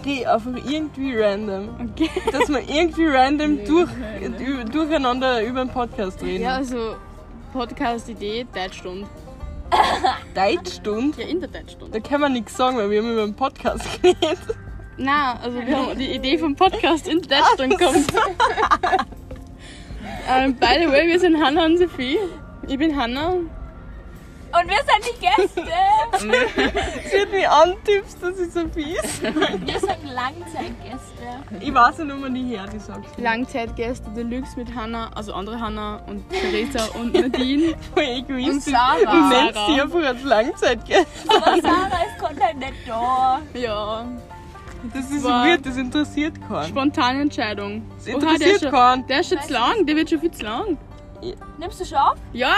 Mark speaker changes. Speaker 1: okay, einfach irgendwie random.
Speaker 2: Okay.
Speaker 1: Dass wir irgendwie random
Speaker 2: Nee,
Speaker 1: durch,
Speaker 2: nein, ne?
Speaker 1: ü- durcheinander über einen Podcast reden.
Speaker 2: Ja, also Podcast-Idee, Deutschstunde.
Speaker 1: Deutschstunde?
Speaker 2: Ja, in der Deutschstunde.
Speaker 1: Da kann man nichts sagen, weil wir haben über einen Podcast geredet.
Speaker 2: Na, also wir haben die Idee vom Podcast in
Speaker 1: Ah,
Speaker 2: der Deutschstunde kommt. ähm, by the way, wir sind Hanna und Sophie. Ich bin Hanna.
Speaker 3: Und wir sind die Gäste.
Speaker 1: Sie hat mich antippst, dass ich so fies.
Speaker 3: Wir sind Langzeitgäste.
Speaker 1: Ich weiß ja nur mal nicht her, die sagst.
Speaker 2: Langzeitgäste Deluxe mit Hanna, also andere Hanna und Theresa und Nadine.
Speaker 1: Voll egoistisch.
Speaker 2: Und Sarah.
Speaker 1: Du nennst
Speaker 2: Sarah.
Speaker 1: sie einfach als Langzeitgäste.
Speaker 3: Aber Sarah ist content nicht da.
Speaker 2: Ja,
Speaker 1: Das ist
Speaker 2: Wow.
Speaker 1: weird, das interessiert keinen.
Speaker 2: spontane Entscheidung.
Speaker 1: Das
Speaker 2: Oha, der
Speaker 1: interessiert
Speaker 2: ist Oh, schon-
Speaker 1: keinen.
Speaker 2: Der ist schon zu lang, der wird schon viel zu lang.
Speaker 3: Nimmst du schon auf?
Speaker 2: Ja!